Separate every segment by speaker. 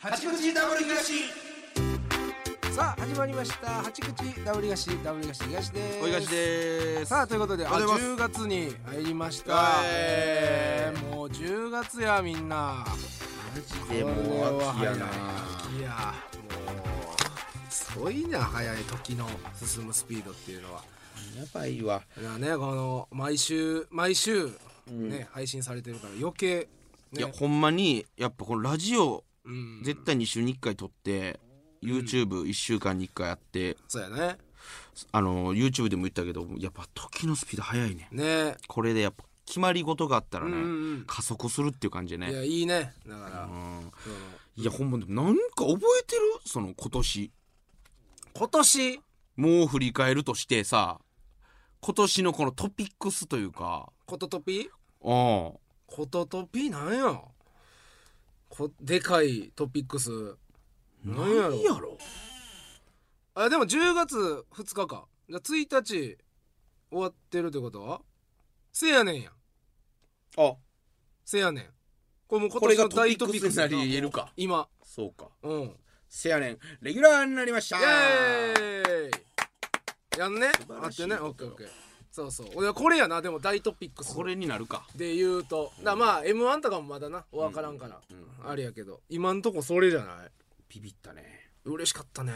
Speaker 1: 八口ダブル東さあ始まりました八口ダブル東ダブル東東です
Speaker 2: 小東です
Speaker 1: さあということであ
Speaker 2: おはようござい
Speaker 1: 10月に入りました、
Speaker 2: はい
Speaker 1: えーもう10月やみんな
Speaker 2: マジでもう秋やない
Speaker 1: やもうすごいな早い時の進むスピードっていうのは
Speaker 2: やばいわ
Speaker 1: だからねこの毎週毎週ね、
Speaker 2: ん
Speaker 1: 配信されてるから余計
Speaker 2: い
Speaker 1: ね
Speaker 2: やほんまにやっぱこのラジオ
Speaker 1: うん
Speaker 2: 絶対に週に1回撮って、YouTube1 週間に1回やって
Speaker 1: そうやね
Speaker 2: あの YouTube でも言ったけどやっぱ時のスピード速いね
Speaker 1: ね
Speaker 2: これでやっぱ決まり事があったらね、
Speaker 1: うんうん
Speaker 2: 加速するっていう感じで
Speaker 1: いや
Speaker 2: ね
Speaker 1: いいねだから、
Speaker 2: うん
Speaker 1: その
Speaker 2: いやほんまでもなんか覚えてるその今年
Speaker 1: 今年
Speaker 2: もう振り返るとしてさ今年のこのトピックスというか
Speaker 1: コトトピ
Speaker 2: うん
Speaker 1: コトトピなんやこでかいトピックスなんやろ
Speaker 2: 何やろ
Speaker 1: あでも10月2日かじゃあ1日終わってるってことはせやねんや
Speaker 2: あ
Speaker 1: せやねんこれもう今
Speaker 2: これ
Speaker 1: 年
Speaker 2: が
Speaker 1: の
Speaker 2: トピ
Speaker 1: 大
Speaker 2: ッ
Speaker 1: ト
Speaker 2: ク
Speaker 1: ピッ
Speaker 2: ス
Speaker 1: クス
Speaker 2: にな
Speaker 1: や
Speaker 2: り得るか
Speaker 1: 今
Speaker 2: そうか
Speaker 1: うんイエ
Speaker 2: せやねんレギュラーになりました
Speaker 1: ーイやんね
Speaker 2: 晴
Speaker 1: あ
Speaker 2: ら
Speaker 1: っ
Speaker 2: しい
Speaker 1: てねオッケーオッケーそうそう俺はこれやなでも大トピックス
Speaker 2: これになるか
Speaker 1: で言うとだからまあ m 1とかもまだな分からんから、あれやけど今んとこそれじゃない
Speaker 2: ビビったね
Speaker 1: 嬉しかったね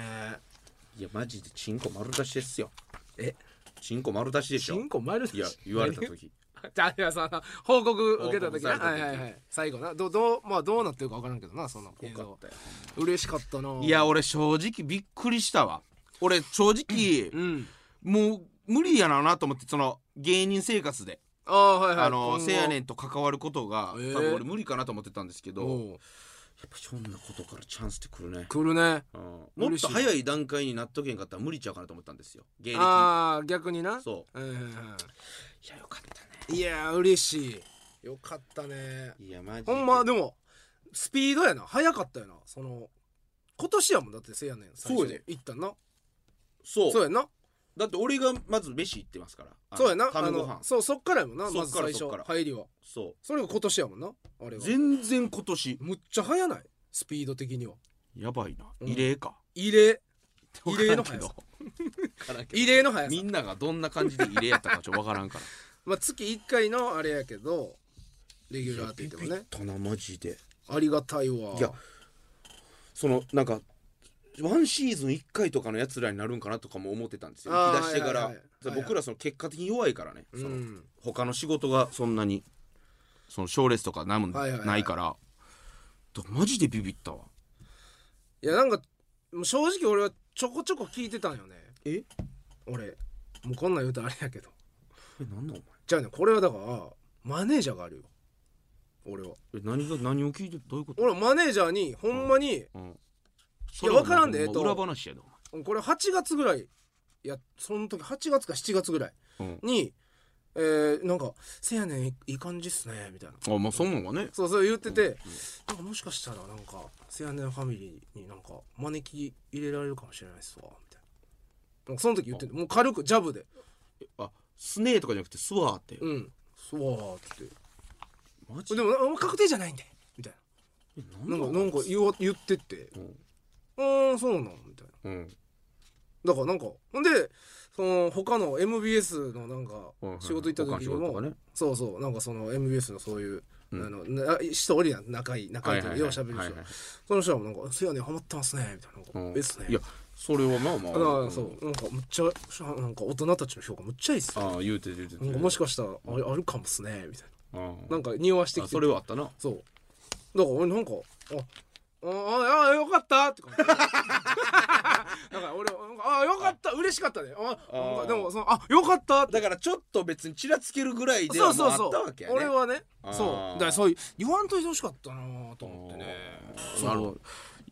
Speaker 2: いやマジでチンコ丸出しですよ
Speaker 1: え
Speaker 2: チンコ丸出しでし
Speaker 1: チ
Speaker 2: ょ
Speaker 1: ンコ丸
Speaker 2: いや言われた時
Speaker 1: じゃあいやさ報告受けた時な
Speaker 2: 報告さ
Speaker 1: は
Speaker 2: れ
Speaker 1: い
Speaker 2: た時
Speaker 1: はいはい最後などどうまあどうなってるか分からんけどなその映
Speaker 2: よかっ
Speaker 1: 像
Speaker 2: たよ
Speaker 1: 嬉しかったない
Speaker 2: いや俺正直びっくりしたわ俺正直
Speaker 1: うん
Speaker 2: もう無理やななと思ってその芸人生活で
Speaker 1: ああはいはい
Speaker 2: あのせやね
Speaker 1: ん
Speaker 2: んと関わることが多
Speaker 1: ええ
Speaker 2: 分俺無理かなと思ってたんですけどやっ
Speaker 1: おう
Speaker 2: ぱそんなことからチャンスってくるね
Speaker 1: 来るね
Speaker 2: うんも
Speaker 1: 嬉
Speaker 2: っ
Speaker 1: しい
Speaker 2: と早い段階になっとけんかったら無理ちゃうかなと思ったんですよ芸歴
Speaker 1: ああ逆にな
Speaker 2: そ
Speaker 1: うんうん
Speaker 2: ういやよかったね
Speaker 1: うんいや嬉しいよかったね
Speaker 2: いやマジで
Speaker 1: ほんまでもスピードやな早かったよなその今年やもんだってせやねん最初
Speaker 2: そうやで
Speaker 1: 行ったんな
Speaker 2: そう
Speaker 1: そうやんな
Speaker 2: だって俺がまず飯行ってますからあの
Speaker 1: そうやなあ
Speaker 2: 神ご
Speaker 1: の
Speaker 2: 飯
Speaker 1: そうそっからやもんな
Speaker 2: そ
Speaker 1: ま
Speaker 2: っ
Speaker 1: ず
Speaker 2: から
Speaker 1: 最初
Speaker 2: そっから
Speaker 1: 入りは
Speaker 2: そ
Speaker 1: それが今年やもんなあれ
Speaker 2: う
Speaker 1: が
Speaker 2: 全然今年
Speaker 1: むっちゃ早ないスピード的には
Speaker 2: やばいな
Speaker 1: うん
Speaker 2: 異例か
Speaker 1: 異例異例の
Speaker 2: 分からんけ
Speaker 1: 速
Speaker 2: ど
Speaker 1: さ
Speaker 2: 分からんけど
Speaker 1: 異例の速 さ
Speaker 2: みんながどんな感じで異例やったかちょっと分からんから
Speaker 1: まあ月1回のあれやけどレギュラーって言ってもね
Speaker 2: たなマジで
Speaker 1: ありがたいわ
Speaker 2: いやそのなんかワンシーズン1回とかのやつらになるんかなとかも思ってたんですよ
Speaker 1: あー
Speaker 2: 引き出してから、
Speaker 1: はいはいはいはいはい
Speaker 2: 僕らその結果的に弱いからね、
Speaker 1: う
Speaker 2: その
Speaker 1: ん
Speaker 2: 他の仕事がそんなにその賞レースとかなんも
Speaker 1: はいはいはい
Speaker 2: ないから、だマジでビビったわ
Speaker 1: いやなんかもう正直俺はちょこちょこ聞いてたんよね
Speaker 2: え
Speaker 1: 俺もうこんなん言うとあれやけど
Speaker 2: えなんなんお前
Speaker 1: じゃあねこれはだからマネージャーがあるよ俺は
Speaker 2: え何が何を聞いてどういうこと、
Speaker 1: 俺はマネージャーにほんまに、
Speaker 2: うん、
Speaker 1: いやわからんで
Speaker 2: それはもう裏
Speaker 1: えっと
Speaker 2: 話やで
Speaker 1: これ8月ぐらいやその時8月か7月ぐらい
Speaker 2: お前、
Speaker 1: に、えー、なんか「せやねんいいい感じっすね」みたいな
Speaker 2: うん、あまあそんなんはね
Speaker 1: そうそう言ってて、なんかもしかしたらなんかせやねんファミリーになんか招き入れられるかもしれないっすわみたいななんかその時言っててもう軽くジャブで
Speaker 2: あスネーとかじゃなくてスワーって
Speaker 1: 「うんそう」って
Speaker 2: マジ
Speaker 1: でもなあ確定じゃないんでみたいななんかなんか言わ言ってって
Speaker 2: うん
Speaker 1: 「うーんそうなの」みたいな
Speaker 2: うん
Speaker 1: だからなんかほんでその他の MBS のなんか
Speaker 2: うん
Speaker 1: 仕事行った時に
Speaker 2: 他の仕事と
Speaker 1: も、
Speaker 2: かね
Speaker 1: そうそうなんかその MBS のそういう、
Speaker 2: うん
Speaker 1: あのな人おりやん仲いい仲いいというかようしゃべる人、
Speaker 2: はいはいはい
Speaker 1: その人はもうなんか「せやねんハマってますね」みたいななんか「
Speaker 2: うん
Speaker 1: えっすね」
Speaker 2: いやそれはまあまあ
Speaker 1: だから
Speaker 2: ん
Speaker 1: そうなんかむっちゃなんか大人たちの評価むっちゃいいっすよ
Speaker 2: ああ言うてる言うて
Speaker 1: なん
Speaker 2: る
Speaker 1: かもしかしたらあれあるかもっすねみたい
Speaker 2: あー
Speaker 1: ななんか匂わしてき
Speaker 2: あ
Speaker 1: て
Speaker 2: それはあったな
Speaker 1: そうだから俺なんかああああよかったっ て感じだから俺はなんかあよかった嬉しかったねあ
Speaker 2: あ
Speaker 1: なんかでもそのあよかったって
Speaker 2: だからちょっと別にちらつけるぐらいで
Speaker 1: そ
Speaker 2: はも
Speaker 1: う
Speaker 2: う
Speaker 1: そう
Speaker 2: あ
Speaker 1: そ
Speaker 2: っ
Speaker 1: う
Speaker 2: たわけやね
Speaker 1: 俺はね
Speaker 2: あー
Speaker 1: そうだからそういう言わんといてほしかったなと思ってねそう
Speaker 2: なるほど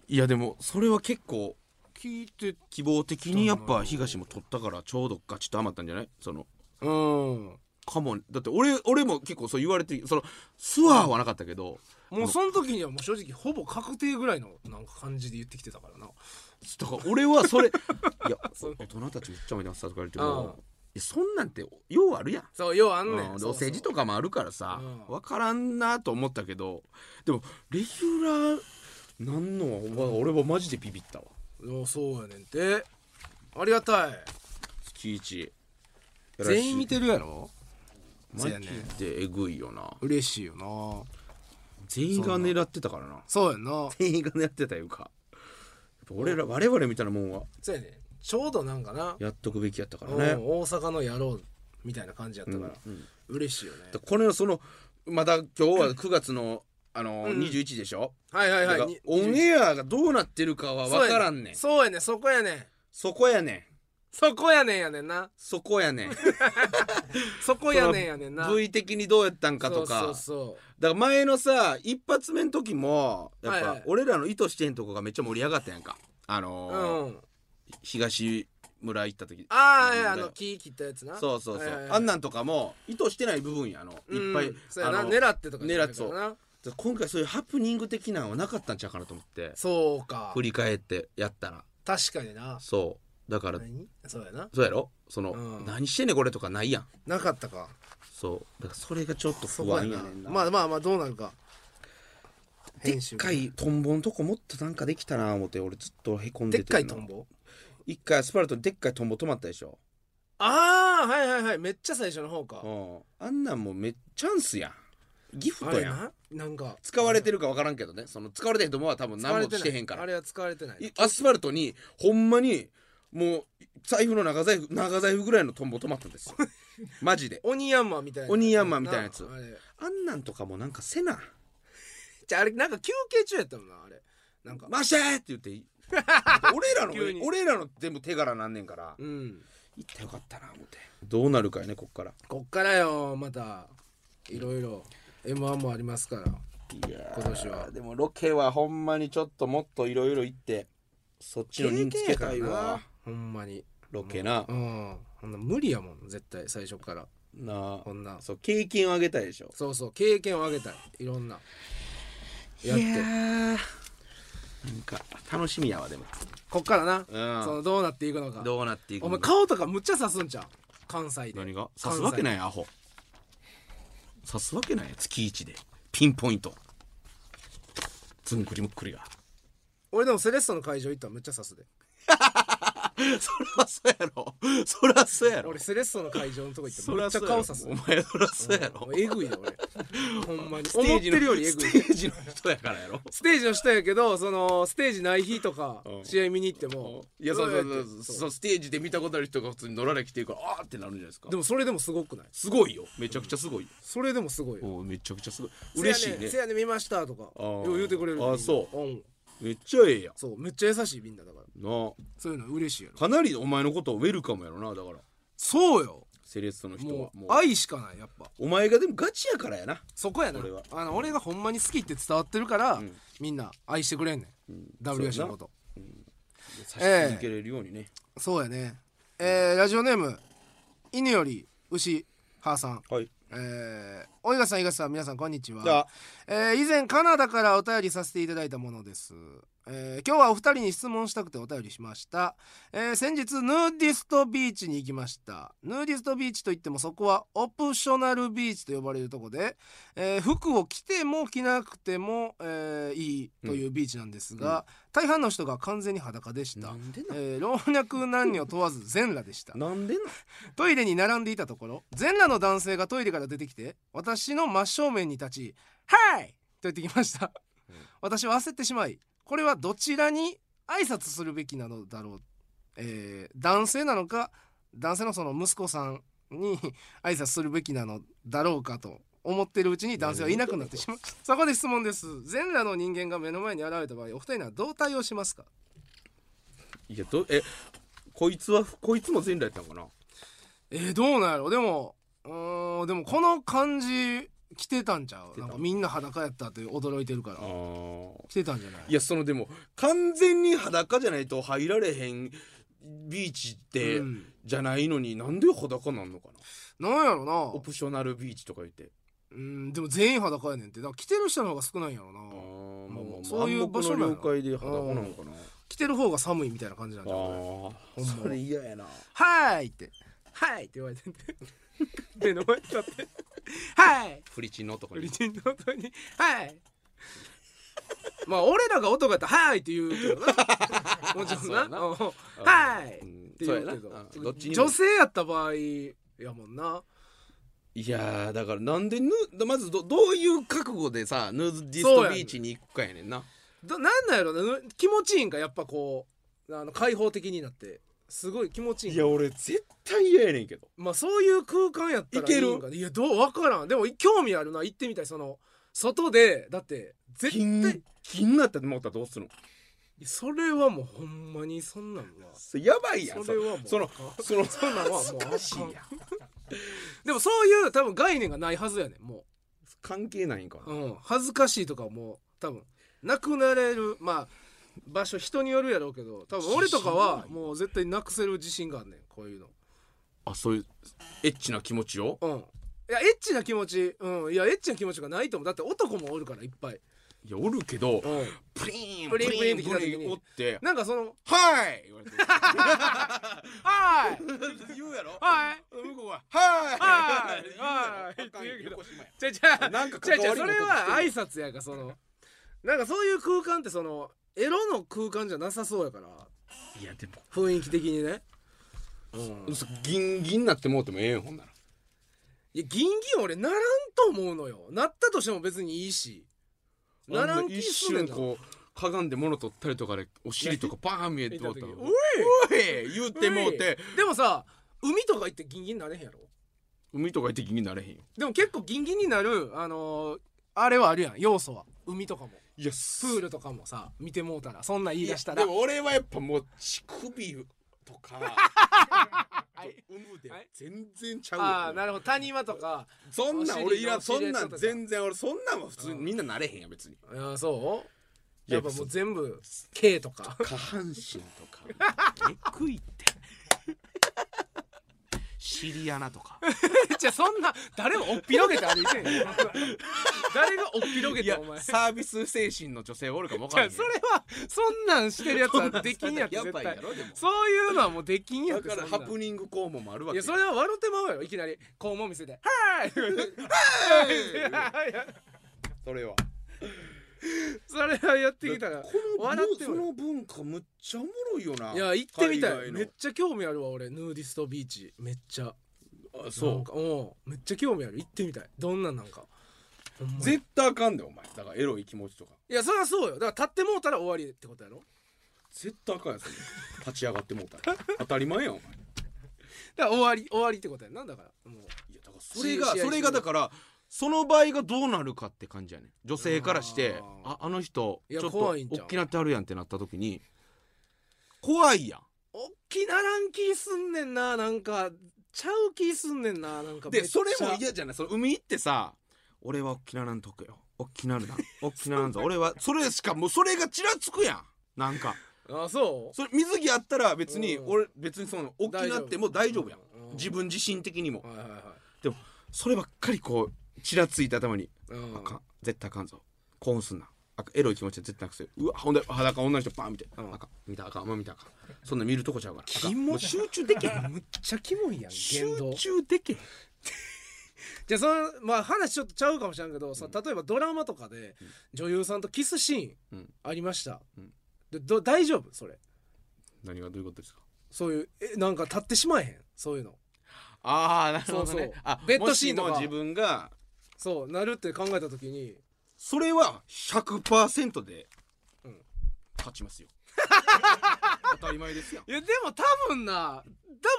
Speaker 2: いやでもそれは結構
Speaker 1: 聞いて
Speaker 2: 希望的にやっぱ東も取ったからちょうどガチッと余ったんじゃないその
Speaker 1: うん
Speaker 2: かもだって俺俺も結構そう言われてそのスワーはなかったけど
Speaker 1: もうその時にはもう正直ほぼ確定ぐらいのなんか感じで言ってきてたからな
Speaker 2: だから俺はそれ いや大人たちめっちゃめっちゃさとか言われても
Speaker 1: う
Speaker 2: い
Speaker 1: ん
Speaker 2: やそんなんてようあるやん
Speaker 1: そうようあんね
Speaker 2: うん
Speaker 1: ん
Speaker 2: で
Speaker 1: そう
Speaker 2: お
Speaker 1: そう
Speaker 2: 世辞とかもあるからさ
Speaker 1: うん
Speaker 2: 分からんなと思ったけどでもレギュラーなんのはお前俺はマジでビビったわ
Speaker 1: おそうやねんてありがたい
Speaker 2: 月一
Speaker 1: 全員見てるやろ
Speaker 2: マジでえぐいよな
Speaker 1: 嬉しいよな
Speaker 2: 全員が狙ってたからな
Speaker 1: そうやんな
Speaker 2: 全員が狙ってたいうかやっぱ俺ら我々みたいなもんは
Speaker 1: そうやねんちょうどなんかな、
Speaker 2: やっとくべきやったか
Speaker 1: うん
Speaker 2: らね
Speaker 1: 大阪の野郎みたいな感じやったから、嬉しいよね
Speaker 2: だからこれのそのまた今日は9月のあの
Speaker 1: うん
Speaker 2: 21でしょ
Speaker 1: はいは
Speaker 2: だ
Speaker 1: い
Speaker 2: から
Speaker 1: はい
Speaker 2: オンエアがどうなってるかは分からんねん
Speaker 1: そうやねんそうやねんそこやねん
Speaker 2: そこやねん
Speaker 1: そこやねんやねんな
Speaker 2: そこやねん
Speaker 1: そこやねんやねんな
Speaker 2: V 的にどうやったんかとか
Speaker 1: そうそう
Speaker 2: だから前のさ一発目の時もやっ
Speaker 1: はいは
Speaker 2: ぱ
Speaker 1: い
Speaker 2: 俺らの意図してんとこがめっちゃ盛り上がったやんかあ
Speaker 1: そう
Speaker 2: のー
Speaker 1: うん
Speaker 2: 東村行った時
Speaker 1: あ
Speaker 2: なん
Speaker 1: あ、
Speaker 2: だよ
Speaker 1: あの木切ったやつな
Speaker 2: そうそうそう、
Speaker 1: はいはいはい
Speaker 2: あんなんとかも意図してない部分やあのいっぱい、
Speaker 1: うんそうや
Speaker 2: あ
Speaker 1: な
Speaker 2: の
Speaker 1: 狙ってとかじゃない
Speaker 2: 狙ってそう
Speaker 1: からな
Speaker 2: 今回そういうハプニング的なんはなかったんちゃうかなと思って
Speaker 1: そうか
Speaker 2: 振り返ってやったら
Speaker 1: 確かにな
Speaker 2: そうだから
Speaker 1: 何そうやな
Speaker 2: そうやろその、
Speaker 1: うん
Speaker 2: 何してんねんこれとかないやん
Speaker 1: なかったか
Speaker 2: そうだからそれがちょっと
Speaker 1: そ
Speaker 2: 不
Speaker 1: こや
Speaker 2: 安や
Speaker 1: な
Speaker 2: ねんな
Speaker 1: まあまあまあどうなるか
Speaker 2: でっ
Speaker 1: 編集
Speaker 2: かいトンボのとこもっとなんかできたな思って俺ずっとへこんで
Speaker 1: で
Speaker 2: て
Speaker 1: っかいトンボ
Speaker 2: 一回アスファルトにでっかいトンボ止まったでしょ
Speaker 1: ああはいはいはいめっちゃ最初の方か
Speaker 2: うん、あんなんもうめっチャンスやんギフ
Speaker 1: あ
Speaker 2: ト
Speaker 1: れ
Speaker 2: やん
Speaker 1: ななんか
Speaker 2: 使われてるか分からんけどねその使われてへんと思うは多分
Speaker 1: 使わ
Speaker 2: 何
Speaker 1: れ
Speaker 2: もしてへんか
Speaker 1: ないあ
Speaker 2: ら
Speaker 1: れは使われてない
Speaker 2: いアスファルトにほんまにもう財布の長財布長財布ぐらいのトンボ止まったんです よマジで
Speaker 1: 鬼ヤンマみたいな
Speaker 2: 鬼ヤンマみたいなやつ
Speaker 1: あれ
Speaker 2: あんなんとかもなんかせな
Speaker 1: じゃああれなんか休憩中やったもんなあれなんか
Speaker 2: マシャーって言って 俺らの
Speaker 1: 急に
Speaker 2: 俺らの全部手柄なんねんから
Speaker 1: うん
Speaker 2: 行ってよかったな思ってどうなるかやねこっから
Speaker 1: こっからよまたいろいろ m 1もありますから
Speaker 2: いやー
Speaker 1: 今年は
Speaker 2: でもロケはほんまにちょっともっといろいろ行ってそっちの人気
Speaker 1: 経
Speaker 2: つけたい
Speaker 1: 験やから
Speaker 2: わ
Speaker 1: なほんまに
Speaker 2: ロケな
Speaker 1: うんほんな無理やもん絶対最初から
Speaker 2: な
Speaker 1: こんな
Speaker 2: そう経験を上げたいでしょ
Speaker 1: そうそう経験を上げたいいろんなやっ
Speaker 2: いや
Speaker 1: て
Speaker 2: ーなんか楽しみやわでも
Speaker 1: こっからな
Speaker 2: うん
Speaker 1: そのどうなっていくのか
Speaker 2: どうなっていく
Speaker 1: お
Speaker 2: の
Speaker 1: 前顔とかむっちゃ刺すんじゃん関西で
Speaker 2: 何が
Speaker 1: 関
Speaker 2: 刺
Speaker 1: 西
Speaker 2: すわけないアホ刺すわけない月一でピンポイントずんくりむっくりが
Speaker 1: 俺でもセレッソの会場行ったらむっちゃ刺すで
Speaker 2: それはそうやろそりゃそうやろ
Speaker 1: 俺セレッソの会場のとこ行った
Speaker 2: そ
Speaker 1: ら
Speaker 2: り
Speaker 1: むっ
Speaker 2: ゃ
Speaker 1: ちゃ
Speaker 2: そうやろ
Speaker 1: 顔刺す
Speaker 2: お前そりゃ そうやろ
Speaker 1: もうえぐいよ俺ほんまに
Speaker 2: ステ
Speaker 1: 思
Speaker 2: ー
Speaker 1: って
Speaker 2: ジの
Speaker 1: るよりえぐい
Speaker 2: ステージの人やからやろ
Speaker 1: ステージの人やけどそのステージない日とか
Speaker 2: うん
Speaker 1: 試合見に行っても
Speaker 2: いやそうそう
Speaker 1: わー
Speaker 2: そ
Speaker 1: っ
Speaker 2: う
Speaker 1: て
Speaker 2: そうそうステージで見たことある人が普通に乗られきてるからあーってなるんじゃないですか
Speaker 1: でもそれでもすごくない
Speaker 2: すごいよめちゃくちゃすごいよ、
Speaker 1: それでもすごいよ
Speaker 2: おーめちゃくちゃすごい嬉しいね
Speaker 1: せやねんせやねん見ましたとか
Speaker 2: あー
Speaker 1: よう言うてくれる
Speaker 2: あー
Speaker 1: みんな
Speaker 2: そう
Speaker 1: うん
Speaker 2: めっちゃええやん
Speaker 1: そうめっちゃ優しいみんなだから
Speaker 2: な
Speaker 1: そういうの嬉しいやろ
Speaker 2: あかなりお前のことをウェルカムやろなだから
Speaker 1: そうよ
Speaker 2: セレッソの人は
Speaker 1: も
Speaker 2: もう
Speaker 1: う愛しかないやっぱ
Speaker 2: お前がでもガチやからやな
Speaker 1: そこやな
Speaker 2: 俺は
Speaker 1: あの俺がほんまに好きって伝わってるから、
Speaker 2: ん
Speaker 1: みんな愛してくれんねん、WC のこと
Speaker 2: 差し続けれるようにね、
Speaker 1: そうやねえーラジオネーム犬より牛母さん
Speaker 2: はい
Speaker 1: えー、おいがさん、いがさん、皆さん、こんに
Speaker 2: じ
Speaker 1: ち
Speaker 2: ゃ
Speaker 1: は
Speaker 2: あ。
Speaker 1: えー、以前、カナダからお便りさせていただいたものです。えー、今日はお二人に質問したくてお便りしました。えー、先日、ヌーディストビーチに行きました。ヌーディストビーチといっても、そこはオプショナルビーチと呼ばれるとこで、えー服を着ても着なくても、えーいいというビーチなんですが、大半の人が完全に裸でした。
Speaker 2: なんで
Speaker 1: えー老若男女問わず全裸でした。
Speaker 2: ななんでな
Speaker 1: トイレに並んでいたところ全裸の男性がトイレから出てきて私の真正面に立ち「はい!」と言ってきました、
Speaker 2: うん
Speaker 1: 私は焦ってしまいこれはどちらに挨拶するべきなのだろう、えー男性なのか男性のその息子さんに 挨拶するべきなのだろうかと思ってるうちに男性はいなくなってしまうそこで質問です全裸の人間が目の前に現れた場合お二人はどう対応しますか
Speaker 2: いやどえこいつはこいつも全裸やったんかな
Speaker 1: えー、どうなんやろでもうーんでもこの感じ着てたんちゃう
Speaker 2: た
Speaker 1: なんかみんな裸やったって驚いてるから
Speaker 2: あー
Speaker 1: 着てたんじゃない
Speaker 2: いやそのでも完全に裸じゃないと入られへんビーチって、
Speaker 1: うん
Speaker 2: じゃないのになんで裸なんのかな
Speaker 1: なんやろ
Speaker 2: オ
Speaker 1: な
Speaker 2: プショナルビーチとか言って
Speaker 1: うんでも全員裸やねんってだから着てる人の方が少ないんやろな
Speaker 2: あーまあまあまあ
Speaker 1: そういう場所な
Speaker 2: 暗
Speaker 1: の
Speaker 2: 黙の了解で裸なのかな
Speaker 1: 着てる方が寒いみたいな感じなんじゃう
Speaker 2: あ
Speaker 1: ほ
Speaker 2: あ
Speaker 1: んま
Speaker 2: それ嫌やな
Speaker 1: はーいって「はい!」って言われてんて 目の前に立って「はい!」
Speaker 2: フリチンのとこ
Speaker 1: 売り
Speaker 2: に
Speaker 1: 人の音に「はい!」まあ俺らが男やったら「はい」って言うけ どなもちろんな「うんはい」って言うけど
Speaker 2: うんどっちにも
Speaker 1: 女性やった場合やもんない
Speaker 2: やーだからなんでヌまずどどういう覚悟でさヌーディストビーチに行くかやねんな
Speaker 1: どなんなんやろな気持ちいいんかやっぱこうあの開放的になってすごい気持ちいいんか
Speaker 2: 俺絶対嫌やねんけど
Speaker 1: まあそういう空間やったらいいんかないやどう分からんでも興味あるな行ってみたいその外でだって絶
Speaker 2: 気に
Speaker 1: 対
Speaker 2: 気になったって思ったらどうするの
Speaker 1: それはもうほんまにそんなんは
Speaker 2: それやばいやん
Speaker 1: それはもう
Speaker 2: その
Speaker 1: あ
Speaker 2: その
Speaker 1: そんなんはもう
Speaker 2: 恥ずかしいやん
Speaker 1: でもそういう多分概念がないはずやねんも
Speaker 2: 関係ないんか
Speaker 1: う、
Speaker 2: な
Speaker 1: うん、恥ずかしいとかもう多分なくなれるまあ場所人によるやろうけど多分俺とかはもう絶対なくせる自信があんねんこういうの
Speaker 2: あそういうエッチな気持ちを
Speaker 1: うんいやエッチな気持ちうんいやエッチな気持ちがないと思うだって男もおるからいっぱい、
Speaker 2: いやおるけど
Speaker 1: うん、
Speaker 2: プリン
Speaker 1: プリンプリン
Speaker 2: プリ
Speaker 1: って来た時に
Speaker 2: ンおって
Speaker 1: なんかその
Speaker 2: 「はい!」 言われて
Speaker 1: 「はい
Speaker 2: 言うやろ
Speaker 1: はい
Speaker 2: 向こうは「はい!」
Speaker 1: はい
Speaker 2: 言うやろ
Speaker 1: はいって言うけど
Speaker 2: 横島や
Speaker 1: じゃじゃ
Speaker 2: なんか
Speaker 1: じゃ
Speaker 2: 関
Speaker 1: じ
Speaker 2: わ
Speaker 1: ゃ
Speaker 2: りの
Speaker 1: それ
Speaker 2: 音
Speaker 1: は挨
Speaker 2: してる
Speaker 1: 拶やからそのなんかそういう空間ってそのエロの空間じゃなさそうやから
Speaker 2: いやでも
Speaker 1: 雰囲気的にねうん
Speaker 2: そギンギンなってもうてもええんほんなら
Speaker 1: いやギンギン俺ならんと思うのよなったとしても別にいいしならん気
Speaker 2: 一
Speaker 1: すんねん
Speaker 2: 瞬
Speaker 1: な
Speaker 2: こうかがんで物取ったりとかでお尻とかバーン見えて
Speaker 1: 見た
Speaker 2: もう
Speaker 1: 時
Speaker 2: たら
Speaker 1: お
Speaker 2: お
Speaker 1: い
Speaker 2: い言うてもうて
Speaker 1: でもさ海とか行ってギンギンになれへんやろ
Speaker 2: 海とか行ってギンギンなれへんよ
Speaker 1: でも結構ギンギンになるあのーあれはあるやん要素は海とかも
Speaker 2: いや
Speaker 1: プ
Speaker 2: す
Speaker 1: ールとかもさ見てもうたらそんなん言い出した
Speaker 2: い
Speaker 1: ら
Speaker 2: やでも俺はやっぱもう乳首と かうむで
Speaker 1: はい
Speaker 2: 全然ちゃうよ
Speaker 1: ああなるほど谷間とか
Speaker 2: そんなん俺いら
Speaker 1: お
Speaker 2: そ
Speaker 1: 尻
Speaker 2: ん
Speaker 1: の
Speaker 2: な
Speaker 1: お尻の
Speaker 2: ん
Speaker 1: とか
Speaker 2: 全然俺そんなんは普通に
Speaker 1: うん
Speaker 2: みんななれへんや別に
Speaker 1: いやそう
Speaker 2: いや
Speaker 1: やっぱもう全部 K とか
Speaker 2: 下半身と かネックいって尻穴とか
Speaker 1: じゃあそんな誰もおっぴろげて歩いてんよ誰がおっぴろげ
Speaker 2: い
Speaker 1: て
Speaker 2: や
Speaker 1: お前じ
Speaker 2: サービス精神の女性おるかもわから
Speaker 1: ゃ
Speaker 2: ん
Speaker 1: あ
Speaker 2: よ
Speaker 1: それはそんなんしてるやつはできんやって
Speaker 2: や
Speaker 1: 絶
Speaker 2: ばいや
Speaker 1: 対
Speaker 2: ろでも
Speaker 1: そういうのはもうできんやっ
Speaker 2: だ
Speaker 1: て
Speaker 2: から
Speaker 1: そ
Speaker 2: ハ
Speaker 1: んなん
Speaker 2: プニング項目もあるわ
Speaker 1: い
Speaker 2: け
Speaker 1: やそれは笑ってまうやろいきなり肛門見せて「 はい!」いや
Speaker 2: それは
Speaker 1: それはやってきたら
Speaker 2: こ
Speaker 1: 笑って
Speaker 2: の
Speaker 1: も
Speaker 2: そ
Speaker 1: らう
Speaker 2: の文化むっちゃおもろいよない
Speaker 1: いや行ってみたいめ
Speaker 2: め
Speaker 1: っちゃ興味あるわ俺ヌーディストビーチめっちゃなん
Speaker 2: そ
Speaker 1: かうんめっちゃ興味ある行ってみたいどんなんなんかほんま
Speaker 2: う
Speaker 1: に
Speaker 2: 絶対あかんでお前だからエロい気持ちとか
Speaker 1: いやそりゃそうよだから立ってもうたら終わりってことやろ
Speaker 2: 絶対あかんやつ立ち上がってもうたら当たり前やんお前
Speaker 1: だから終わり終わりってことやんなんだからもう
Speaker 2: いやだからそれが
Speaker 1: 試合中
Speaker 2: それがだからその場合がどうなるかって感じやねん女性からして
Speaker 1: あ
Speaker 2: ああの人
Speaker 1: い
Speaker 2: ち
Speaker 1: や
Speaker 2: ょっと
Speaker 1: 怖いんちゃう
Speaker 2: 大きなってあるやんってなった時に怖いやん
Speaker 1: おっきなランキーすんねんななんかちゃう気すんねんななんかめ
Speaker 2: で
Speaker 1: っち
Speaker 2: そ
Speaker 1: ゃ
Speaker 2: れも嫌じゃないその海行ってさ俺は沖縄なんとくよ沖縄 なん沖縄なんぞ俺はそれしかもうそれがちらつくやんなんか
Speaker 1: あそう
Speaker 2: それ水着あったら別に
Speaker 1: うん
Speaker 2: 俺別にその沖縄ってもう大丈夫やん
Speaker 1: うんうん
Speaker 2: 自分自身的にも
Speaker 1: はいはいは
Speaker 2: そればっかりこうちらついた頭に
Speaker 1: いうん
Speaker 2: あかん絶対あかんぞ興奮すんなあかんエロい気持ちは絶対なくせうわほんで裸女の人バーン見てあ
Speaker 1: うん
Speaker 2: かん見たあかんあんま見たらあかんそんなん見るとこちゃうからあかん
Speaker 1: キモ
Speaker 2: もう集中できへん
Speaker 1: むっちゃキモいやん
Speaker 2: 集
Speaker 1: 言動
Speaker 2: 中できへん
Speaker 1: じゃあそのまあ話ちょっとちゃうかもしれんけどさ例えばドラマとかで女優さんとキスシー
Speaker 2: う
Speaker 1: ン
Speaker 2: ん
Speaker 1: ありました
Speaker 2: うん
Speaker 1: でど大丈夫それ
Speaker 2: 何がどういうことですか
Speaker 1: そういうえなんか立ってしまえへんそういうの
Speaker 2: ああなる
Speaker 1: ほどね
Speaker 2: あ
Speaker 1: ベッドシーンとか
Speaker 2: もしも自分が
Speaker 1: そうなるって考えた時に
Speaker 2: それは100%で
Speaker 1: うん
Speaker 2: 勝ちますよ 当たり前ですよ
Speaker 1: いやでも多分な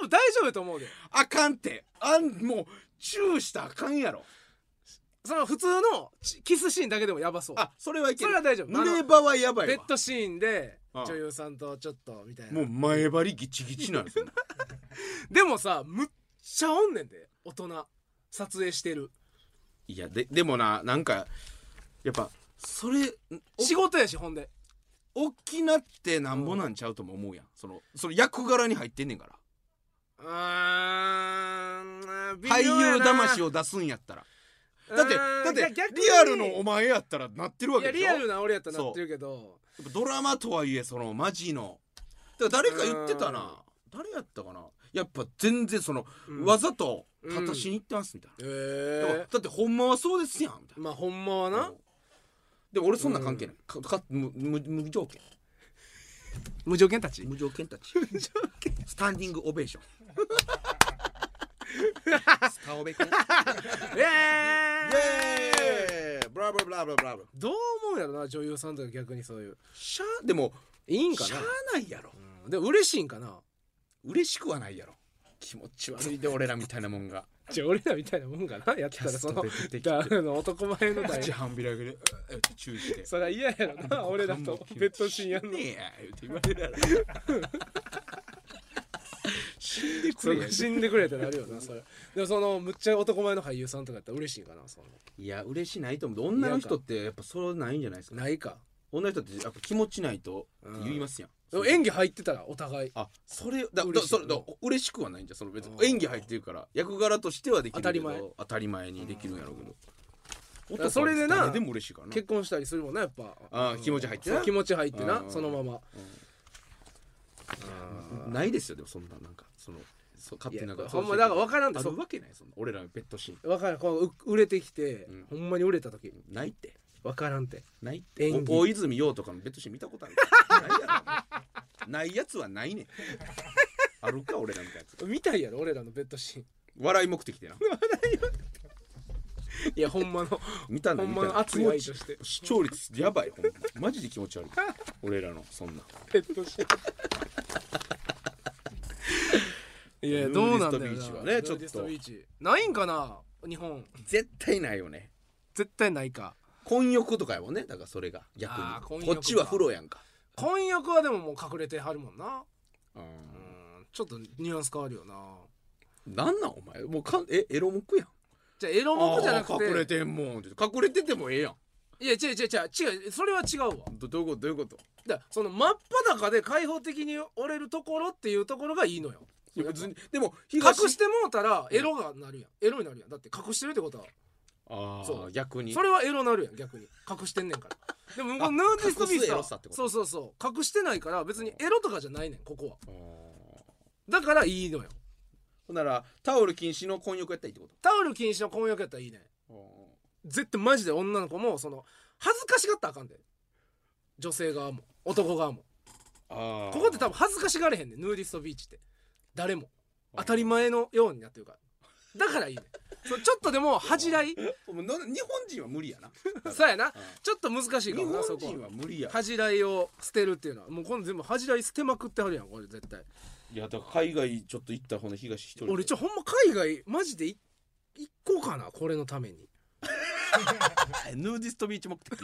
Speaker 1: 多分大丈夫やと思うで
Speaker 2: あかんってあんもうチューしたらあかんやろ
Speaker 1: その普通のちキスシーンだけでもやばそう
Speaker 2: あそれはいけ
Speaker 1: そ
Speaker 2: る
Speaker 1: れは大丈夫
Speaker 2: 濡れ場はやば
Speaker 1: ベ
Speaker 2: い
Speaker 1: ッ
Speaker 2: わ
Speaker 1: ドシーンで
Speaker 2: ああ
Speaker 1: 女優さんとちょっとみたいな
Speaker 2: もう前張りギチギチなんですよ
Speaker 1: でもさむっちゃおんねんで大人撮影してる
Speaker 2: いやででもななんかやっぱそれお
Speaker 1: 仕事やしほんで
Speaker 2: 大きなってなんぼなんちゃうとも思うやんそのその役柄に入ってんねんから
Speaker 1: うーん
Speaker 2: 俳優魂
Speaker 1: を
Speaker 2: を出すんやったらだってだってリアルのお前やったらなってるわ
Speaker 1: い
Speaker 2: け
Speaker 1: や
Speaker 2: でし
Speaker 1: リ
Speaker 2: ょ
Speaker 1: アルな俺やったらなってるけど
Speaker 2: やっぱドラマとはいえそのマジのだから誰か言ってたな誰やったかなやっぱ全然その、
Speaker 1: うん
Speaker 2: わざと立たしに行ってますみたいな、
Speaker 1: え
Speaker 2: だからだってほんまはそうですやんみたいな
Speaker 1: まあほんまはな
Speaker 2: うんでも俺そんな関係ない、かか無無無条件
Speaker 1: 無条件たち
Speaker 2: 無条件たちスタンディングオベーションスタオベ君
Speaker 1: ええ
Speaker 2: えーブラブラブラブラブラブラ
Speaker 1: どう思うやろな女優さんとか逆にそういう
Speaker 2: しゃあでも
Speaker 1: いいんか
Speaker 2: しゃあないやろ
Speaker 1: な、うん、でも嬉しいんかな
Speaker 2: 嬉しくはないやろ気持ち悪いで俺らみたいなもんが
Speaker 1: じゃあ俺らみたいなもんかなやったらその
Speaker 2: キャスト出てきて
Speaker 1: だからあの男前の大
Speaker 2: 口半開けでうっって注意して
Speaker 1: そりゃ嫌やろな俺らとベッドシーンやんの
Speaker 2: ねえや言うて言われるやろ 死んでく
Speaker 1: そ
Speaker 2: れ
Speaker 1: う
Speaker 2: や
Speaker 1: か死んでくれってなるよなそれでもそのむっちゃ男前の俳優さんとかやったら嬉しいんかなその
Speaker 2: いや嬉しいないと思う女の人ってやっぱそれないんじゃないですか
Speaker 1: ないか
Speaker 2: 女の人ってやっぱ気持ちないと言いますやん、
Speaker 1: でも演技入ってたらお互い
Speaker 2: あそれだ嬉
Speaker 1: 嬉し
Speaker 2: し
Speaker 1: い
Speaker 2: それだ嬉しくはないんじゃんその別に
Speaker 1: あー
Speaker 2: 演技入ってるから役柄としてはできるけど
Speaker 1: 当たり前
Speaker 2: 当たり前にできるんやろうけど
Speaker 1: からそれでな
Speaker 2: 男は誰でも嬉しいからな
Speaker 1: 結婚したりするもんなやっぱ
Speaker 2: あー気持ち入ってな
Speaker 1: そう気持ち入ってな
Speaker 2: うん
Speaker 1: そのまま
Speaker 2: ないですよでもそんななんかそのそう勝
Speaker 1: い
Speaker 2: 手
Speaker 1: や
Speaker 2: な
Speaker 1: ほんまだから分からんで
Speaker 2: あ
Speaker 1: そ
Speaker 2: るわけないそんな俺らのペットシーン
Speaker 1: 分からんこうう売れてきて
Speaker 2: うん
Speaker 1: ほんまに売れた時
Speaker 2: ないって
Speaker 1: 分からんて
Speaker 2: ないって
Speaker 1: 演技
Speaker 2: お大泉洋とかのベッドシーン見た ことあるないやろないやつはないねんあるか俺らみたいなやつ
Speaker 1: 見たいやろ俺らのベッドシーン
Speaker 2: 笑い目的でない
Speaker 1: やほんまの
Speaker 2: 見たんだ
Speaker 1: ほんま
Speaker 2: 見た
Speaker 1: の
Speaker 2: んだ
Speaker 1: 熱い愛として
Speaker 2: 視聴率やばいほんまマジで気持ち 悪い俺らのそんな
Speaker 1: ベッドシーンいやどうなんだよな
Speaker 2: ヌーディストビーチはね
Speaker 1: ヌーディストビーチないんかな日本
Speaker 2: 絶対ないよね
Speaker 1: 絶対ないか
Speaker 2: 婚欲とかやもんねだからそれが逆
Speaker 1: あー婚
Speaker 2: に
Speaker 1: 欲
Speaker 2: こ
Speaker 1: か
Speaker 2: っちは風呂やんか
Speaker 1: 婚約はでももう隠れてはるもんな
Speaker 2: うん
Speaker 1: うんちょっとニュアンス変わるよな
Speaker 2: なんなんお前もうかんえエロ目やん
Speaker 1: じゃあエロモコじゃなく
Speaker 2: あー
Speaker 1: て
Speaker 2: 隠れてんもんって隠れててもええやん
Speaker 1: いや違う違う違う違うそれは違うわ
Speaker 2: どどういうことどういうこと
Speaker 1: だからその真っ裸で開放的に折れるところっていうところがいいのよ
Speaker 2: いや別にでも
Speaker 1: 隠しててもうたらエロがなるやんエロになるやんだって隠してるってことは
Speaker 2: ああ
Speaker 1: そ
Speaker 2: そうう逆に
Speaker 1: それはエロなるやん逆に隠してんねんからでもこのヌーディストビー
Speaker 2: 隠す
Speaker 1: チ
Speaker 2: エロ
Speaker 1: は
Speaker 2: さってこと
Speaker 1: そうそうそう隠してないから別にエロとかじゃないねんここは
Speaker 2: あー
Speaker 1: だからいいのよ
Speaker 2: ほんならタオル禁止の婚欲やったらいいってこ
Speaker 1: タオル禁止の婚約やったらいいねん
Speaker 2: と
Speaker 1: 絶対マジで女の子もその恥ずかしがったらあかんで女性側も男側も
Speaker 2: あ
Speaker 1: ここって多分恥ずかしがれへんねんヌーディストビーチって誰も当たり前のようになってるからだからいいねんそうちょっとでも恥じらい
Speaker 2: 分日本人は無理やな
Speaker 1: そうやな
Speaker 2: うん
Speaker 1: ちょっと難しい
Speaker 2: 日
Speaker 1: かもなそ
Speaker 2: 本
Speaker 1: こ
Speaker 2: 人は無理や
Speaker 1: 恥じらいを捨てるっていうのはもうこの全部恥じらい捨てまくってはるやんこれ絶対
Speaker 2: いやだから海外ちょっと行ったほの東一人で
Speaker 1: 俺ちょほんま海外マジでい行こうかなこれのた めに
Speaker 2: あヌーディストビーチ目的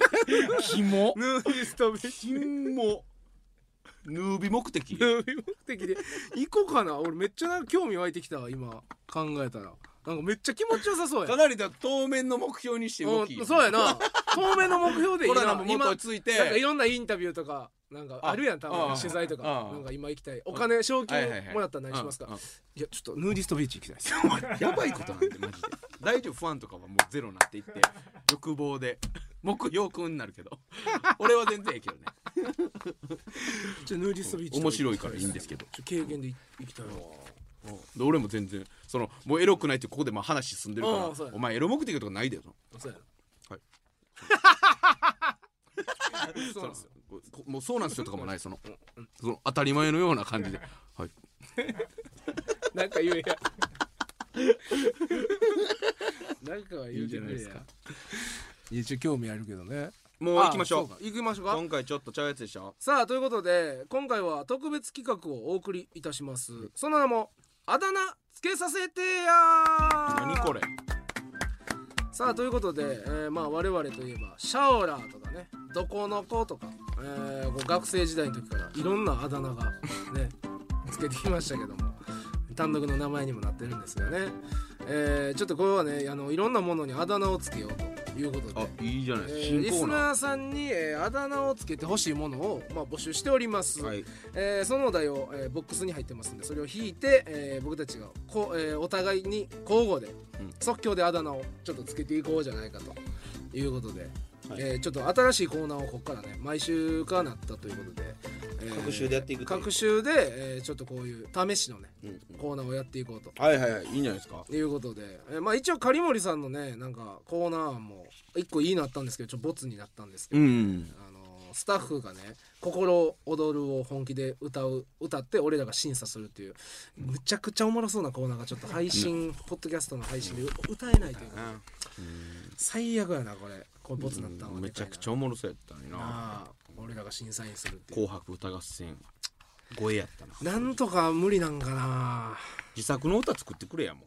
Speaker 2: キモ
Speaker 1: ヌーディストビーチ
Speaker 2: キモヌービ目的
Speaker 1: ヌーディストビーチ目的で行こうかな俺めっちゃなんか興味湧いてきたわ今考えたらなんかめっちゃ気持ちよさそうや
Speaker 2: か
Speaker 1: ん
Speaker 2: なりだ当面の目標にして動き
Speaker 1: うんそうやな当面の目標でいい
Speaker 2: コロ
Speaker 1: な
Speaker 2: ナも
Speaker 1: 今
Speaker 2: 元ついて
Speaker 1: なんかいろんなインタビューとかなんかあるやん多
Speaker 2: あ
Speaker 1: 分
Speaker 2: あ
Speaker 1: 取材とか
Speaker 2: ああ
Speaker 1: なんか今行きたいお金賞金
Speaker 2: はいはいはい
Speaker 1: もらったら何しますか
Speaker 2: うんうん
Speaker 1: いやちょっとヌーディストビーチ行きたいです
Speaker 2: やばいことなんでマジで大丈夫ファンとかはもうゼロになっていって欲望で目標くんになるけど俺は全然ええけどね
Speaker 1: ちょっとヌーディストビーチ
Speaker 2: 面白いからいいんですけど
Speaker 1: ちょっと経験でい行きたいわ
Speaker 2: で俺も全然そのもうエロくないってここでまあ話進んでる
Speaker 1: うん
Speaker 2: か
Speaker 1: そう
Speaker 2: ら
Speaker 1: や
Speaker 2: お前エロ目的とかないだよ
Speaker 1: そうやな
Speaker 2: はい
Speaker 1: そう
Speaker 2: そ
Speaker 1: な
Speaker 2: の
Speaker 1: んですよ
Speaker 2: こもうそうなんですよとかもないそのその当たり前のような感じではい
Speaker 1: なんか言えや なんかは言
Speaker 2: いい
Speaker 1: うてくれや
Speaker 2: んじゃないですか
Speaker 1: いや一応興味あるけどね
Speaker 2: もう行きましょ
Speaker 1: あ
Speaker 2: う
Speaker 1: そか行きましょうか
Speaker 2: 今回ちょっとちゃうやつでした
Speaker 1: さあということで今回は特別企画をお送りいたしますその名もあだ名つけさせてや
Speaker 2: 何これ
Speaker 1: さあということで、えーまあ我々といえばシャオラーとかねどこの子とか、えーこう学生時代の時からいろんなあだ名がね つけてきましたけども単独の名前にもなってるんですがね、えーちょっとこれはねあのいろんなものにあだ名をつけようということで
Speaker 2: あいいじゃない
Speaker 1: え
Speaker 2: ですか
Speaker 1: ーリ
Speaker 2: 新コ
Speaker 1: ス
Speaker 2: ーナ
Speaker 1: ナーさんに、えーあだ名をつけてほしいものを、まあ、募集しております、
Speaker 2: ーはい
Speaker 1: えーそのお題を、えーボックスに入ってますんでそれを引いて、えー僕たちがこう、えーお互いに交互で、
Speaker 2: ん
Speaker 1: 即興であだ名をちょっとつけていこうじゃないかということで、
Speaker 2: はい
Speaker 1: えーちょっと新しいコーナーをここからね毎週かなったということで、え
Speaker 3: 各週でやっていくという
Speaker 1: 各週で、えーちょっとこういう試しのね、
Speaker 2: うんうん
Speaker 1: コーナーをやっていこうと
Speaker 2: はいはいはいいいんじゃないですか
Speaker 1: いうことで、えーまあ一応狩森さんのねなんかコーナーも一個いいなったんですけどちょっとボツになったんですけ
Speaker 2: う
Speaker 1: ど、
Speaker 2: ん
Speaker 1: あのースタッフがね「心躍る」を本気で歌う歌って俺らが審査するっていうむちゃくちゃおもろそうなコーナーがちょっと配信、ポッドキャストの配信で歌えないというか、最悪やなこれこれボツになったのが
Speaker 2: め
Speaker 1: で
Speaker 2: ち
Speaker 1: かい
Speaker 2: ゃ
Speaker 1: な
Speaker 2: くちゃおもろそうやったのにな
Speaker 1: ああ俺らが審査員するってい
Speaker 2: 紅
Speaker 1: う
Speaker 2: 白歌合戦声やったな
Speaker 1: なんとか無理なんかな
Speaker 2: 自作の歌作ってくれやもん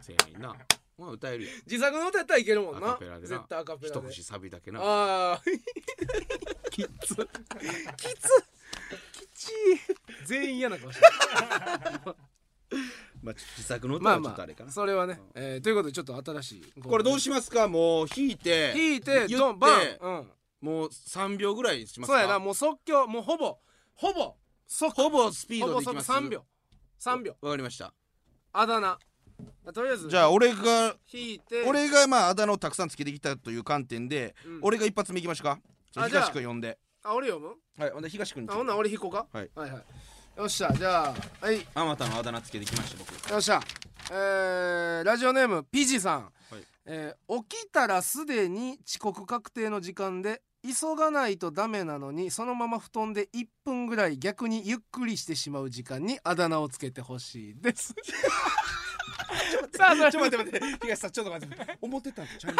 Speaker 2: せやねんなまあ歌えるやん
Speaker 1: 自作の歌やったらいけるもん
Speaker 2: ア
Speaker 1: な
Speaker 2: カペラでな
Speaker 1: 絶対アカペラ
Speaker 2: 一
Speaker 1: で
Speaker 2: 節サビだけな
Speaker 1: ああきつきつきちい全員嫌な顔してる
Speaker 2: まあ、自作の歌
Speaker 1: ま
Speaker 2: は
Speaker 1: あ
Speaker 2: ちょっ
Speaker 1: ま
Speaker 2: とあれかな、
Speaker 1: あそれはね、えーということでちょっと新しい
Speaker 2: これどう
Speaker 1: し
Speaker 2: しますかもう弾いて
Speaker 1: 引い
Speaker 2: 言
Speaker 1: て
Speaker 2: って
Speaker 1: ドンバン、
Speaker 2: もう3秒ぐらいにし
Speaker 1: うん、
Speaker 2: ます
Speaker 1: そ
Speaker 2: か
Speaker 1: うやなもう即興もうほぼほぼ即
Speaker 2: ほぼスピー
Speaker 1: ほ
Speaker 2: ド
Speaker 1: ぼ
Speaker 2: でいき
Speaker 1: 即
Speaker 2: ます
Speaker 1: 3秒3秒
Speaker 2: わかりました
Speaker 1: あだ名とりあえず
Speaker 2: じゃあ俺が
Speaker 1: 引いて
Speaker 2: 俺がまああだ名をたくさんつけてきたという観点で、
Speaker 1: うん
Speaker 2: 俺が一発目いきましょうかちょっ
Speaker 1: あ
Speaker 2: と
Speaker 1: じゃあ
Speaker 2: 東君呼んで
Speaker 1: あ俺読む
Speaker 2: はいほんで東君に
Speaker 1: あほんなら俺引こうか、
Speaker 2: はい
Speaker 1: はいはいよっしゃじゃあはい
Speaker 2: あまたのあだ名つけてきました 僕
Speaker 1: よっしゃ、えーラジオネームピジさん、
Speaker 2: い
Speaker 1: えー起きたらすでに遅刻確定の時間で急がないとダメなのにそのまま布団で1分ぐらい逆にゆっくりしてしまう時間にあだ名をつけてほしいです さあそれちょっと待って待って東さんちょっと待って
Speaker 2: 思ってたんちゃい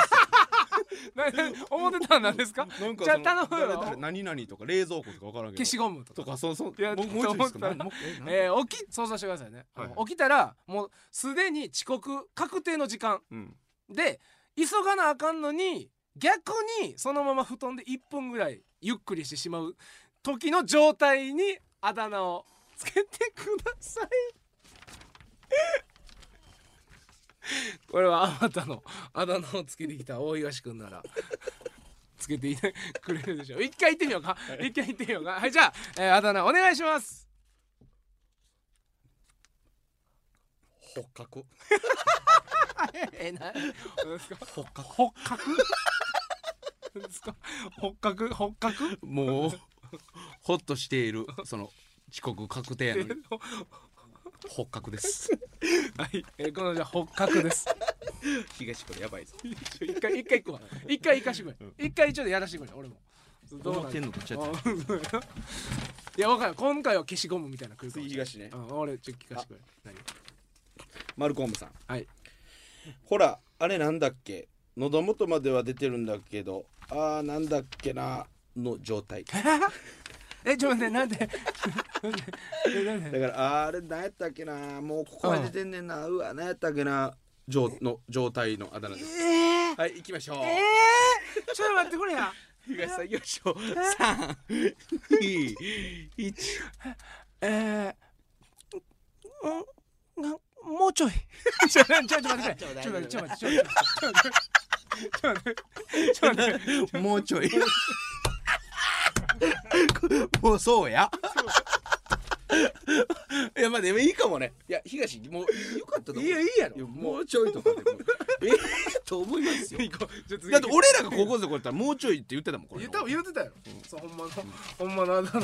Speaker 1: 思ってたんなん ですか
Speaker 2: なんか
Speaker 1: じゃあ
Speaker 2: その
Speaker 1: 頼むよ
Speaker 2: 誰々何々とか冷蔵庫とかわからんけど
Speaker 1: 消しゴムと
Speaker 2: と
Speaker 1: か
Speaker 2: かそうそう
Speaker 1: いや
Speaker 2: もうもう一度いいですか
Speaker 1: ちょっと
Speaker 2: なもうえなん
Speaker 1: えー起き想像してくださいね、あの
Speaker 2: はいはい
Speaker 1: 起きたらもうすでに遅刻確定の時間
Speaker 2: うん
Speaker 1: で急がなあかんのに逆にそのまま布団で1分ぐらいゆっくりしてしまう時の状態にあだ名をつけてください これはあまたのあだ名をつけてきた大東くんならつけてくれるでしょう一回行ってみようか一回行ってみようかはいじゃあ、えーあだ名お願いします
Speaker 2: 骨格
Speaker 1: えな何ですか
Speaker 2: 骨格
Speaker 1: 骨格何ですか骨格骨格
Speaker 2: もうほっとして いるその遅刻確定やのに骨格です
Speaker 1: はい、えー、このじゃあ骨格です。
Speaker 2: 東これやばいぞ
Speaker 1: ちょ一回一回行くわ。一回行かしてくれ。一回ちょっとやらしてくれ。俺も。どうな
Speaker 2: 思ってんのとちゃう
Speaker 1: あうんいやわかる。今回は消しゴムみたいな空間。
Speaker 2: 東ね
Speaker 1: うん、俺ちょっと聞かしてくれ。
Speaker 2: マルコームさん
Speaker 1: 何はい。
Speaker 2: ほらあれなんだっけ喉元までは出てるんだけどあーなんだっけなの状 態だか
Speaker 1: えちょっと待ってなんでなんでえなんで
Speaker 2: らあーあれなんやったっけなもうここまで出てんねんなうわなんやったっけな状の状態のあだ名です
Speaker 1: えー、
Speaker 2: はい行きましょう
Speaker 1: えー、ちょっと待ってこれや。
Speaker 2: 東さん行きましょう 三二一
Speaker 1: えー、んなもうちょい ちょちょちょっと待ってくれちょっと待ってちょっと待ってちょっと待ってちょっと待ってちょっと待ってちょっと待って
Speaker 2: もうち ょいもうそうや いやまあでもいいかもねいや東もうよかったと思う
Speaker 1: いやいいやろ
Speaker 2: やもうちょいと かでもええと思いますよ
Speaker 1: 行こうじゃあ次
Speaker 2: だって俺らが高校生の頃やったらもうちょいって言ってたもんこれ
Speaker 1: 言った言ってたよ、そうほんまの、ほんまのあだ名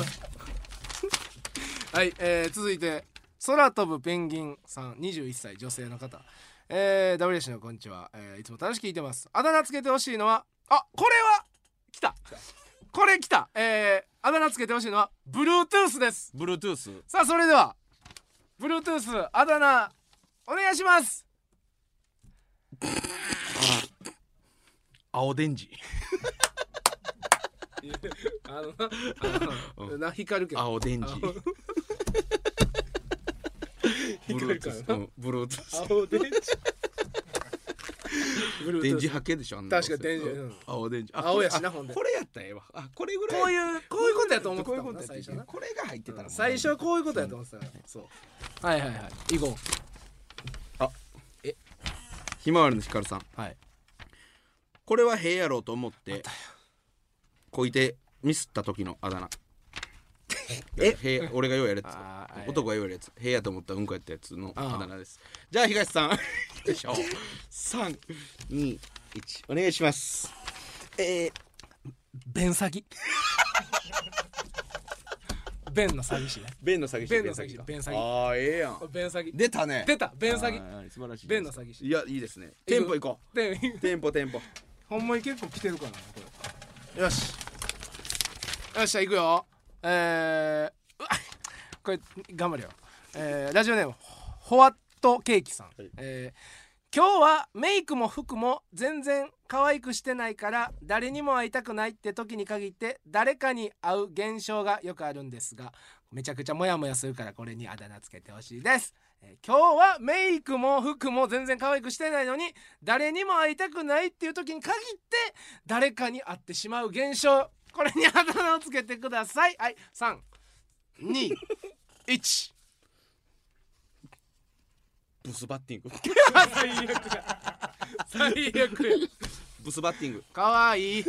Speaker 1: はい、えー、続いて空飛ぶペンギンさん21歳女性の方えー、WC のこんにちは、えー、いつも楽しく聞いてますあだ名つけてほしいのはあこれは来たこれ来たえー、あだ名つけてほしいのは Bluetooth です
Speaker 2: ブルートゥース
Speaker 1: さあそれでは Bluetooth あだ名お願いします
Speaker 2: 青電池
Speaker 1: あのな光るけ
Speaker 2: 青電池 ブルートゥースうんブルートゥース
Speaker 1: 青電池 Bluetooth
Speaker 2: 電池波形でしょあんなの
Speaker 1: 確かに電池うん
Speaker 2: 青電池あ
Speaker 1: 青やしな
Speaker 2: あ
Speaker 1: ほんで
Speaker 2: これやったらええわあこれぐらい
Speaker 1: こういうこういうことやと思って
Speaker 2: こうい
Speaker 1: た
Speaker 2: う
Speaker 1: も
Speaker 2: こ
Speaker 1: ん
Speaker 2: と
Speaker 1: な
Speaker 2: や
Speaker 1: 最
Speaker 2: って
Speaker 1: 初な
Speaker 2: これが入ってたら
Speaker 1: 最初はこういうことやと思ってたからそうはいはいはい行こ
Speaker 2: ひまわりの光さん
Speaker 1: うはい
Speaker 2: これはへえやろうと思ってこいてミスった時のあだ名え へえ俺がようやるや
Speaker 1: あーは
Speaker 2: つ
Speaker 1: い
Speaker 2: 男がようやるやつへえやと思ったらうんこやったやつの
Speaker 1: あー
Speaker 2: あだ名ですじゃあ東さん でしょ321お願いしますえー
Speaker 1: 便先ベンの詐欺師ね
Speaker 2: 弁の詐欺師
Speaker 1: 弁の詐欺師弁詐欺
Speaker 2: ああええやん
Speaker 1: ベン詐欺
Speaker 2: 出たね
Speaker 1: 出たベン詐欺
Speaker 2: 欺素晴らしい
Speaker 1: ベンの詐欺師
Speaker 2: いやいいですねテンポ行こ
Speaker 1: で
Speaker 2: うテンポテンポ
Speaker 1: ほんまに結構来てるからなこれよしよっしゃ行くよえー、うわこれ頑張るよ、えー、ラジオネームホワットケーキさん、
Speaker 2: はい
Speaker 1: えー今日はメイクも服も全然可愛くしてないから誰にも会いたくないって時に限って誰かに会う現象がよくあるんですがめちゃくちゃモヤモヤするからこれにあだ名つけてほしいです、えー今日はメイクも服も全然可愛くしてないのに誰にも会いたくないっていう時に限って誰かに会ってしまう現象これにあだ名をつけてくださいはい321
Speaker 2: ブスバッティング
Speaker 1: 最悪や 最悪や
Speaker 2: ブスバッティング
Speaker 1: かわいい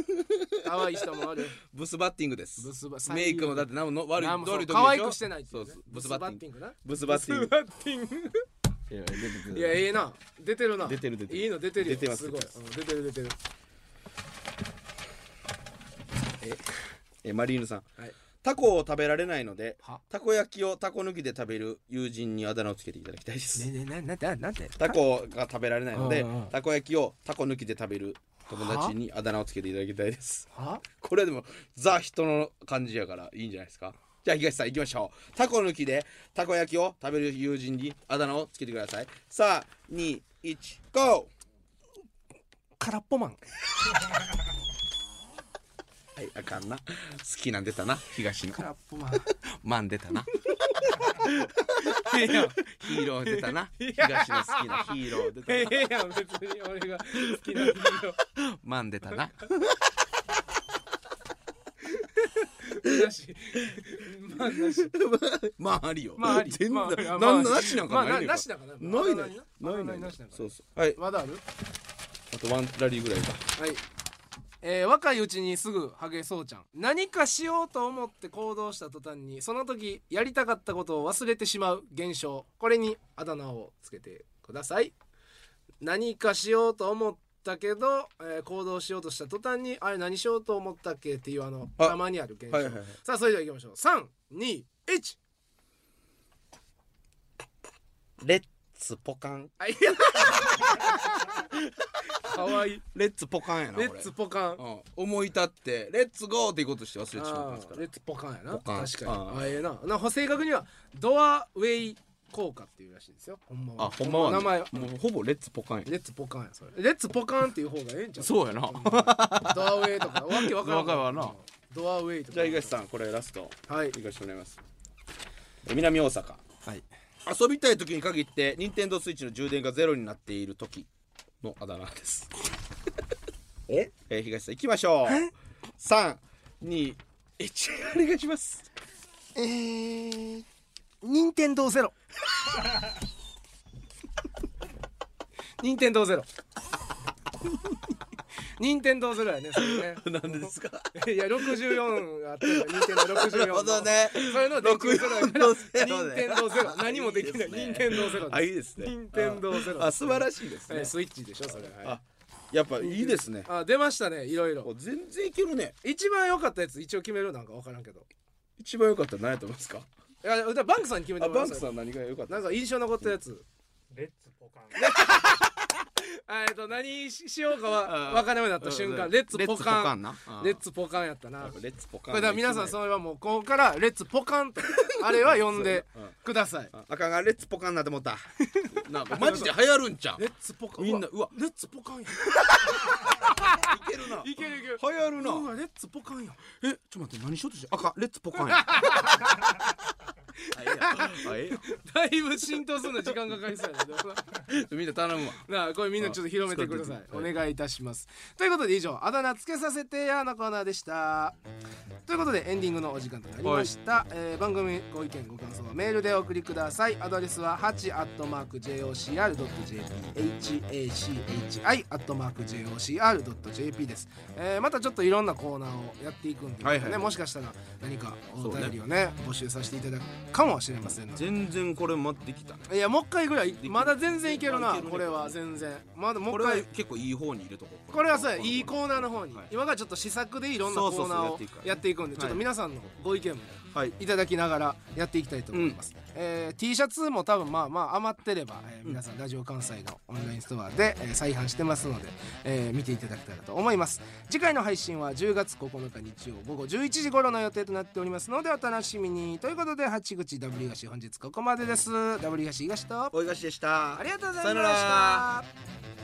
Speaker 1: かわいい人もおる
Speaker 2: ブスバッティングです
Speaker 1: ブスバ
Speaker 2: メイクもだって何もの悪い
Speaker 1: なんも
Speaker 2: 悪い時でしょ
Speaker 1: 可愛くしてないってい
Speaker 2: そうう
Speaker 1: ね
Speaker 2: そうブスバッティング
Speaker 1: ングな
Speaker 2: ブスバッ
Speaker 1: ブス
Speaker 2: ティング
Speaker 1: バッティング
Speaker 2: いやいや出てる
Speaker 1: いやいいな出てるな
Speaker 2: 出てる出てる
Speaker 1: いいの出てるよ
Speaker 2: 出てます
Speaker 1: すごいうん出てる出てる
Speaker 2: えマリーヌさん
Speaker 1: はい
Speaker 2: タコを食べられないので
Speaker 1: は
Speaker 2: たこ焼きをたこ抜きで食べる友人にあだ名をつけていただきたいです
Speaker 1: ねねななんてなんて
Speaker 2: タコが食べられないので
Speaker 1: うんうん
Speaker 2: たこ焼きをたこ抜きで食べる友達にあだ名をつけていただきたいです
Speaker 1: は
Speaker 2: これでもザ人の感じやからいいんじゃないですかじゃあ東さん行きましょうタコ抜きでたこ焼きを食べる友人にあだ名をつけてくださいさあ21ゴ
Speaker 1: 空っぽマン
Speaker 2: ーはいあかんな好きなん出たな東の
Speaker 1: 空っぽマン
Speaker 2: マン出たな
Speaker 1: いや
Speaker 2: ヒーロー出たな東の好きなヒーロー出たな
Speaker 1: ええやん別に俺が好きなヒーロ
Speaker 2: マン出たな
Speaker 1: ーだしまあなし
Speaker 2: まあありよ。
Speaker 1: まああり
Speaker 2: 全然、
Speaker 1: まああり
Speaker 2: な
Speaker 1: まああ
Speaker 2: ん
Speaker 1: り
Speaker 2: だなしなん
Speaker 1: ま
Speaker 2: か
Speaker 1: あ
Speaker 2: ないねん
Speaker 1: ななしなんかな
Speaker 2: ないいねん
Speaker 1: まあ
Speaker 2: ないねん
Speaker 1: ないなしなんかない
Speaker 2: そうそう。はい。
Speaker 1: まだある
Speaker 2: あとワンラリーぐらいか。
Speaker 1: はい、えー若いうちにすぐハゲそうちゃん何かしようと思って行動した途端にその時やりたかったことを忘れてしまう現象これにあだ名をつけてください何かしようと思ったけど、えー行動しようとした途端にあれ何しようと思ったっけっていうあの
Speaker 2: あ
Speaker 1: たまにある現象、
Speaker 2: はいはいはい
Speaker 1: さあそれではいきましょう321
Speaker 2: レッツポカン。
Speaker 1: あいやかわいい
Speaker 2: レッツポカンやな。
Speaker 1: レッツポカン
Speaker 2: 俺うん。思い立ってレッツゴーっていうことして忘れてしまったん
Speaker 1: あ
Speaker 2: ですか
Speaker 1: ー
Speaker 2: ら
Speaker 1: レッ。ツポカンやな
Speaker 2: ポカン
Speaker 1: 確かに
Speaker 2: あ
Speaker 1: あ
Speaker 2: ー
Speaker 1: あええなな正確にはドアウェイ効果っていうらしいですよほんまは
Speaker 2: あ、ほんまはね
Speaker 1: 名前は
Speaker 2: もうほぼレッツポカンや。
Speaker 1: レッツポカンやそれレッツポカンっていう方がええんちゃう
Speaker 2: そうやな。
Speaker 1: ドアウェイとかわけわからん
Speaker 2: わかるわな
Speaker 1: ドアウェイとか
Speaker 2: じゃあ東さんこれラスト。
Speaker 1: んはい
Speaker 2: 東してもらいます。え南大阪。
Speaker 1: はい
Speaker 2: 遊びたい時に限って任天堂スイッチの充電がゼロになっている時のあだ名ですええー東さん行きましょう321お願いします
Speaker 1: えー任天堂 ゼロ任天堂ゼロ 任天堂ゼロやねそれね
Speaker 2: 何ですか
Speaker 1: いや64があって任天堂64
Speaker 2: なるほどね
Speaker 1: それの電池ゼロやから
Speaker 2: 64
Speaker 1: 任天堂ゼロ何もできない
Speaker 2: いいですね
Speaker 1: 任天堂ゼロ
Speaker 2: あいいですね
Speaker 1: 任天堂ゼロ
Speaker 2: あ素晴らしいです
Speaker 1: え
Speaker 2: ね
Speaker 1: スイッチでしょそれはい
Speaker 2: あやっぱいいですね
Speaker 1: あ出ましたねいろいろ
Speaker 2: お全然いけるね
Speaker 1: 一番良かったやつ一応決めるなんか分からんけど
Speaker 2: 一番良かったの何やと思いますか
Speaker 1: いやだからバンクさんに決めて
Speaker 2: あ
Speaker 1: もら
Speaker 2: バ
Speaker 1: い
Speaker 2: ン
Speaker 1: ま
Speaker 2: ク
Speaker 1: す
Speaker 2: さん何が良かった
Speaker 1: なんか印象残ったやつ
Speaker 3: レッツポカン。
Speaker 1: あえっと何ししようかは
Speaker 2: あ
Speaker 1: 分からなくなった瞬間レッツポカン
Speaker 2: な
Speaker 1: レッツポカンやった
Speaker 2: あ
Speaker 1: な
Speaker 2: ーレッツポカ
Speaker 1: こ
Speaker 2: ン
Speaker 1: れだから皆さん
Speaker 2: そ
Speaker 1: それはもうここからレッツポカン とあれは呼んでください
Speaker 2: ああかんがレッツポカンなって思った なんかマジで流行るんちゃう
Speaker 1: レッツポカン
Speaker 2: みんなうわ
Speaker 1: レッツポカンや
Speaker 2: いけるない
Speaker 1: けるいける
Speaker 2: 流行るな
Speaker 1: うわレッツポカンや
Speaker 2: えちょっと待って何しようとして赤レッツポカンやあええや
Speaker 1: だいぶ浸透するの時間がかかりそうやね
Speaker 2: あええやみんな頼むわ
Speaker 1: なあこれみんなちょっと広めてくださいお願いいたしますということで以上あだ名つけさせてやのコーナーでしたということでエンディングのお時間となりました、えー番組ご意見ご感想はメールでお送りくださいアドレスは 8-jocr.jphachi-jocr.jp です、えーまたちょっといろんなコーナーをやっていくんで、
Speaker 2: はいはい
Speaker 1: ねもしかしたら何かお便りをね募集させていただかもしれませんので
Speaker 2: 全然これ待ってきたね
Speaker 1: いやもう一回ぐらい
Speaker 2: きる
Speaker 1: まだ全然いける
Speaker 2: い
Speaker 1: な
Speaker 2: けるね
Speaker 1: これは全然まだも
Speaker 2: こ
Speaker 1: う
Speaker 2: れ
Speaker 1: 一
Speaker 2: は
Speaker 1: 回
Speaker 2: 結構いい方に入れとこう
Speaker 1: これはそうやいいコーナーの方に
Speaker 2: はい
Speaker 1: 今からちょっと試作でいろんなコ
Speaker 2: そうそ
Speaker 1: ー
Speaker 2: うそう
Speaker 1: ナー
Speaker 2: やっ
Speaker 1: を
Speaker 2: ていくから
Speaker 1: やっていくんでちょっと
Speaker 2: はい
Speaker 1: 皆さんのご意見も
Speaker 2: はい
Speaker 1: いただきながらやっていきたいと思います、えー T シャツも多分まあまあ余ってれば、えー皆さんラジオ関西のオンラインストアで、えー再販してますので、えー見ていただけたらと思います次回の配信は10月9日日曜午後11時頃の予定となっておりますのでお楽しみにということで八口ダブリガシ本日ここまでですダブリガシ東と
Speaker 2: おいがしでした
Speaker 1: ありがとうござ
Speaker 2: さよ
Speaker 1: いま
Speaker 2: なら
Speaker 1: した